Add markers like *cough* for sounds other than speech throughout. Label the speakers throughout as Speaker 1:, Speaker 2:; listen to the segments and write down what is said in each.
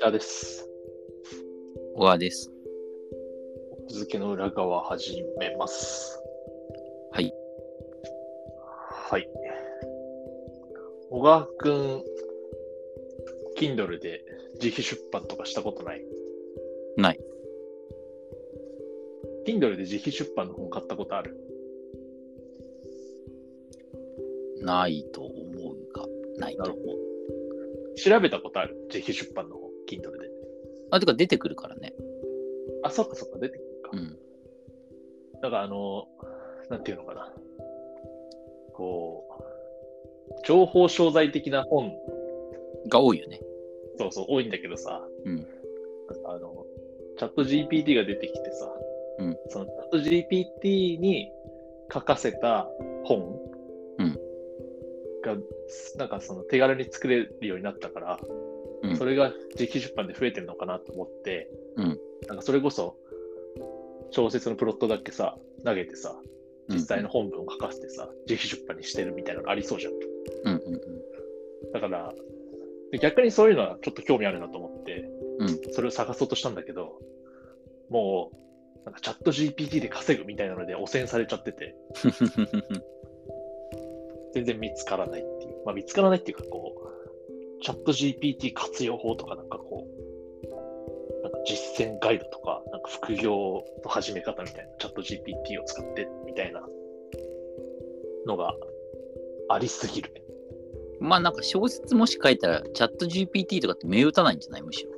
Speaker 1: 田です。
Speaker 2: 小川です。
Speaker 1: 続けの裏側始めます。
Speaker 2: はい。
Speaker 1: はい。小川くん、Kindle で自費出版とかしたことない
Speaker 2: ない。
Speaker 1: Kindle で自費出版の本買ったことある
Speaker 2: ないと思うか、ないと思う。
Speaker 1: 調べたことある自費出版の本、Kindle で。
Speaker 2: あ、てか出てくるからね。
Speaker 1: あ、そっかそっか、出てくるか。
Speaker 2: うん。
Speaker 1: なんかあの、なんていうのかな。こう、情報商材的な本、
Speaker 2: が多いよね。
Speaker 1: そうそう、多いんだけどさ、
Speaker 2: うん
Speaker 1: なんかあの、チャット GPT が出てきてさ、
Speaker 2: うん
Speaker 1: そのチャット GPT に書かせた本、
Speaker 2: うん
Speaker 1: が、なんかその手軽に作れるようになったから、
Speaker 2: うん
Speaker 1: それが自費出版で増えてるのかなと思って、
Speaker 2: うん
Speaker 1: なんかそれこそ、小説のプロットだけさ、投げてさ、実際の本文を書かせてさ、自費出版にしてるみたいなのありそうじゃん。
Speaker 2: うん。うんうん
Speaker 1: だから、で逆にそういうのはちょっと興味あるなと思って、
Speaker 2: う
Speaker 1: それを探そうとしたんだけど、もう、なんかチャット GPT で稼ぐみたいなので汚染されちゃってて、
Speaker 2: うん。 *laughs*
Speaker 1: 全然見つからないっていう。まあ見つからないっていうか、こう、チャット GPT 活用法とかなんかこう、なんか実践ガイドとか、なんか副業の始め方みたいな、チャット GPT を使ってみたいなのがありすぎる。
Speaker 2: まあなんか小説もし書いたら、チャット GPT とかって目打たないんじゃないむしろ。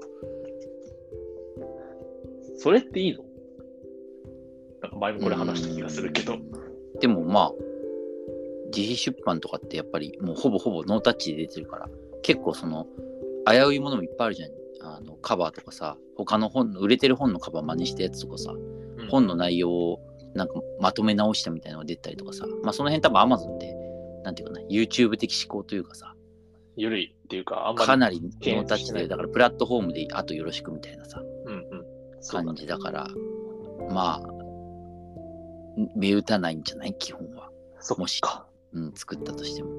Speaker 1: それっていいのなんか前もこれ話した気がするけど。
Speaker 2: でもまあ、自費出版とかってやっぱりもうほぼほぼノータッチで出てるから、結構その、危ういものもいっぱいあるじゃん。あのカバーとかさ、他の本の、売れてる本のカバー真似したやつとかさ、
Speaker 1: うん
Speaker 2: 本の内容をなんかまとめ直したみたいなのが出たりとかさ、まあ、その辺多分 Amazon って、なんていうかな、YouTube 的思考というかさ、
Speaker 1: ゆるいっていうか、あんまり。
Speaker 2: かなりノータッ
Speaker 1: 敬遠し
Speaker 2: チ
Speaker 1: ない
Speaker 2: で、だからプラットフォームであとよろしくみたいなさ、
Speaker 1: うんうん。そうだ
Speaker 2: 感
Speaker 1: ね。
Speaker 2: じだから、まあ、目打たないんじゃない基本は。
Speaker 1: そ
Speaker 2: もし
Speaker 1: っか。
Speaker 2: うん、作ったとしても。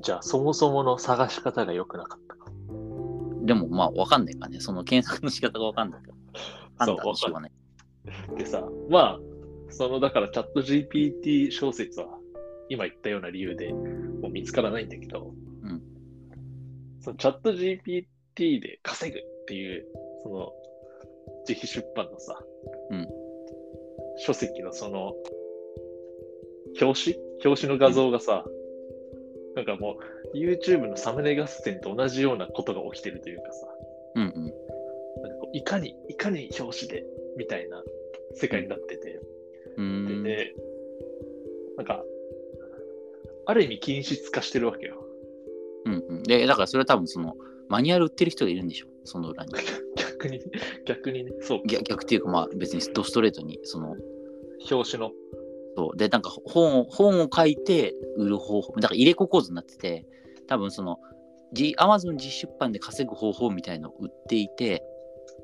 Speaker 1: じゃあ、そもそもの探し方が良くなかったか。
Speaker 2: でもまあ、わかんないからね、その検索の仕方がわかんないから、
Speaker 1: *laughs*
Speaker 2: 判断のしようがない。
Speaker 1: でさ、まあ、その、だからチャット GPT 小説は、今言ったような理由でもう見つからないんだけど、
Speaker 2: うん
Speaker 1: そのチャット GPT で稼ぐっていう、その、自費出版のさ、
Speaker 2: うん
Speaker 1: 書籍のその、表紙表紙の画像がさ、なんかもう、YouTube のサムネ合戦と同じようなことが起きてるというかさ、
Speaker 2: うんうん。
Speaker 1: なんかこういかに、いかに表紙で、みたいな世界になってて、
Speaker 2: うーん
Speaker 1: で、なんか、ある意味均質化してるわけよ。 *laughs*
Speaker 2: うんうん。で、だからそれは多分その、マニュアル売ってる人がいるんでしょ、その裏に。
Speaker 1: 逆に、逆にね、そう、
Speaker 2: 逆逆っていうかまあ別にドストレートにその
Speaker 1: 表紙の、
Speaker 2: そうでなんか本を本を書いて売る方法だから入れ子構図になってて多分そのアマゾン実出版で稼ぐ方法みたいのを売っていて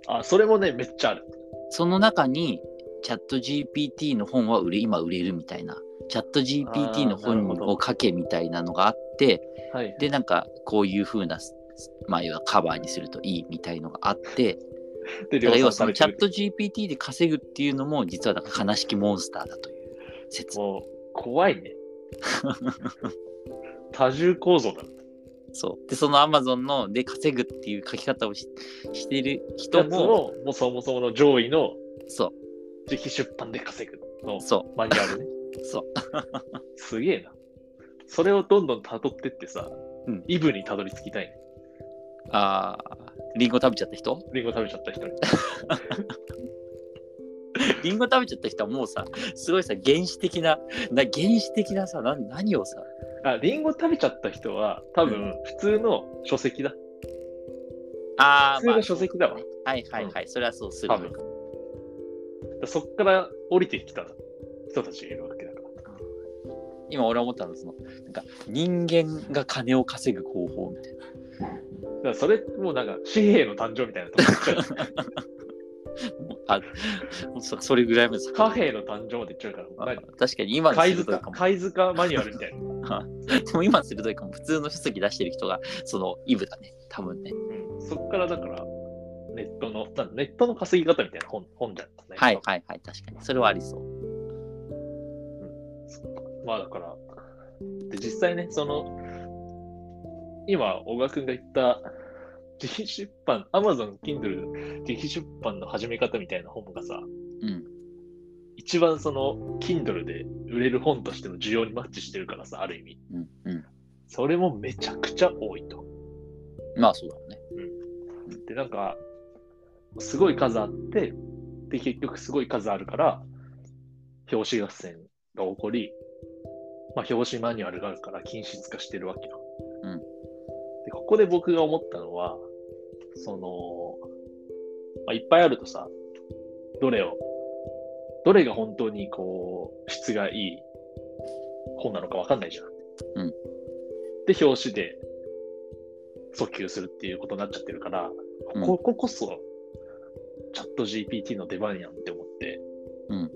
Speaker 1: あ、それもね、めっちゃある。
Speaker 2: その中にチャット GPT の本は売れ今売れるみたいなチャット GPT の
Speaker 1: あーなる
Speaker 2: 本
Speaker 1: ほど
Speaker 2: を書けみたいなのがあって
Speaker 1: はい。
Speaker 2: でなんかこういう風なまあ要はカバーにするといいみたいのがあって
Speaker 1: で、
Speaker 2: だから要
Speaker 1: 量産
Speaker 2: は
Speaker 1: さ
Speaker 2: その
Speaker 1: れ
Speaker 2: チ
Speaker 1: て
Speaker 2: ャッ
Speaker 1: る。
Speaker 2: ト GPT で稼ぐっていうのも実はだから悲しきモンスターだという説
Speaker 1: もう、怖
Speaker 2: *laughs*
Speaker 1: いね。多重構造だ。
Speaker 2: そうでその Amazon ので稼ぐっていう書き方をししてる人
Speaker 1: 一つ
Speaker 2: も
Speaker 1: も、もうそもそもの上位の
Speaker 2: そ
Speaker 1: 自費出版で稼ぐの
Speaker 2: うそ
Speaker 1: マニュアルね。
Speaker 2: う *laughs* そう
Speaker 1: すげえな。それをどんどん辿ってってさ、
Speaker 2: うん
Speaker 1: イブにたどり着きたいね。
Speaker 2: あーリンゴ食べちゃった人
Speaker 1: リンゴ食べちゃった人に。
Speaker 2: リンゴ食べちゃった人はもうさすごいさ原始的なな原始的なさな何をさ
Speaker 1: あ、リンゴ食べちゃった人は、多分、普通の書籍だ。
Speaker 2: あ
Speaker 1: 普
Speaker 2: ー
Speaker 1: 通
Speaker 2: まあ
Speaker 1: の書籍だわ。
Speaker 2: はいはいはい、それはそうする
Speaker 1: 多分。そっから降りてきた人たちがいるわけだから。
Speaker 2: 今俺思ったのはそのなんか人間が金を稼ぐ方法みたいな *laughs*
Speaker 1: だからそれ、もうなんか、紙幣の誕生みたいなとこ行っちゃう
Speaker 2: もうあそそれぐらいまで遡
Speaker 1: 貨幣
Speaker 2: る
Speaker 1: の誕生まで言っちゃうから、ほんまに
Speaker 2: あ確かに今の
Speaker 1: 貝
Speaker 2: 鋭い
Speaker 1: 塚
Speaker 2: かも。
Speaker 1: 貝塚マニュアルみたいな。
Speaker 2: *laughs* でも今鋭いかも。普通の書籍出してる人がそのイブだね。多分ね。
Speaker 1: うん、そこからだから、ネットの、なんネットの稼ぎ方みたいな本本じゃないですかね。
Speaker 2: はいはいはい。確かに。それはありそう。
Speaker 1: まあだから、で実際ね、その、今、小川君が言った、自費出版、Amazon、Kindle 自費出版の始め方みたいな本がさ、
Speaker 2: うん。
Speaker 1: 一番その、Kindle で売れる本としての需要にマッチしてるからさ、ある意味。
Speaker 2: うん。うん。
Speaker 1: それもめちゃくちゃ多いと。
Speaker 2: まあそうだろうね。 *laughs*
Speaker 1: で、なんか、すごい数あって、で、結局すごい数あるから、表紙合戦が起こり、まあ、表紙マニュアルがあるから、均質化してるわけよ。
Speaker 2: うん
Speaker 1: で、ここで僕が思ったのは、その、まあ、いっぱいあるとさ、どれを、どれが本当にこう、質がいい本なのかわかんないじゃん。
Speaker 2: うん
Speaker 1: で、表紙で訴求するっていうことになっちゃってるから、
Speaker 2: うん
Speaker 1: こここそ、チャット GPT の出番やんって思って
Speaker 2: うん、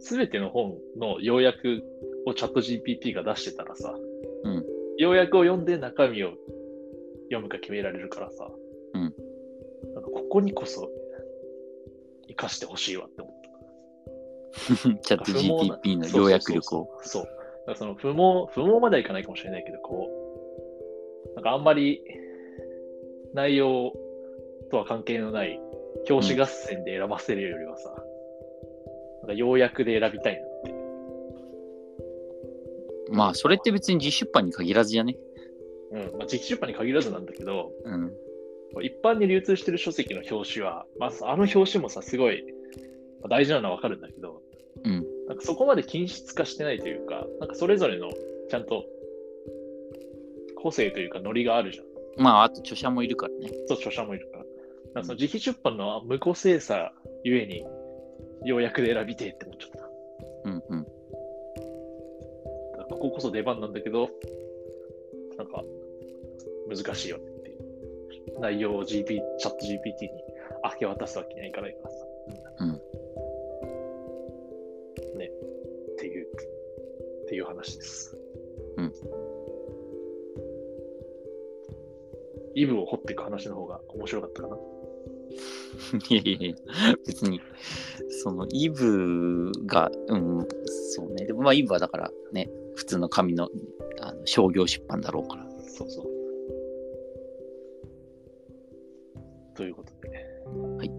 Speaker 1: すべ、ての本の要約をチャット GPT が出してたらさ、
Speaker 2: うん
Speaker 1: 要約を読んで中身を読むか決められるからさ、
Speaker 2: うん
Speaker 1: なんかここにこそ生かしてほしいわって思った。
Speaker 2: チャット GPP の要約力を。
Speaker 1: そう。だからその不毛、不毛まではいかないかもしれないけど、こう、なんかあんまり内容とは関係のない表紙合戦で選ばせるよりはさ、なんか要約で選びたいなって。
Speaker 2: まあそれって別に自出版に限らずやね。
Speaker 1: うん。まあ、時期出版に限らずなんだけど、
Speaker 2: うん。
Speaker 1: 一般に流通してる書籍の表紙は、まあ、あの表紙もさ、すごいまあ大事なのはわかるんだけど、
Speaker 2: うん。
Speaker 1: なんかそこまで均質化してないというか、なんかそれぞれのちゃんと個性というかノリがあるじゃん。
Speaker 2: まああと著者もいるからね。
Speaker 1: そう、著者もいるから。なんかその自費出版の無個性さゆえに、要約で選びてえって思っちゃった。だか
Speaker 2: うんうん。 *laughs*
Speaker 1: らこここそ出番なんだけど、なんか難しいよねっていう。内容を GP、チャット GPT に明け渡すわけにはいかないからさ。
Speaker 2: うん
Speaker 1: ね。っていう、っていう話です。
Speaker 2: うん。
Speaker 1: イブを掘っていく話の方が面白かったかな。
Speaker 2: いやいやいや、別に、そのイブが、うん、そうね。でもまあイブはだからね、普通の紙のあの商業出版だろうから。
Speaker 1: そうそう。ということで。
Speaker 2: はい。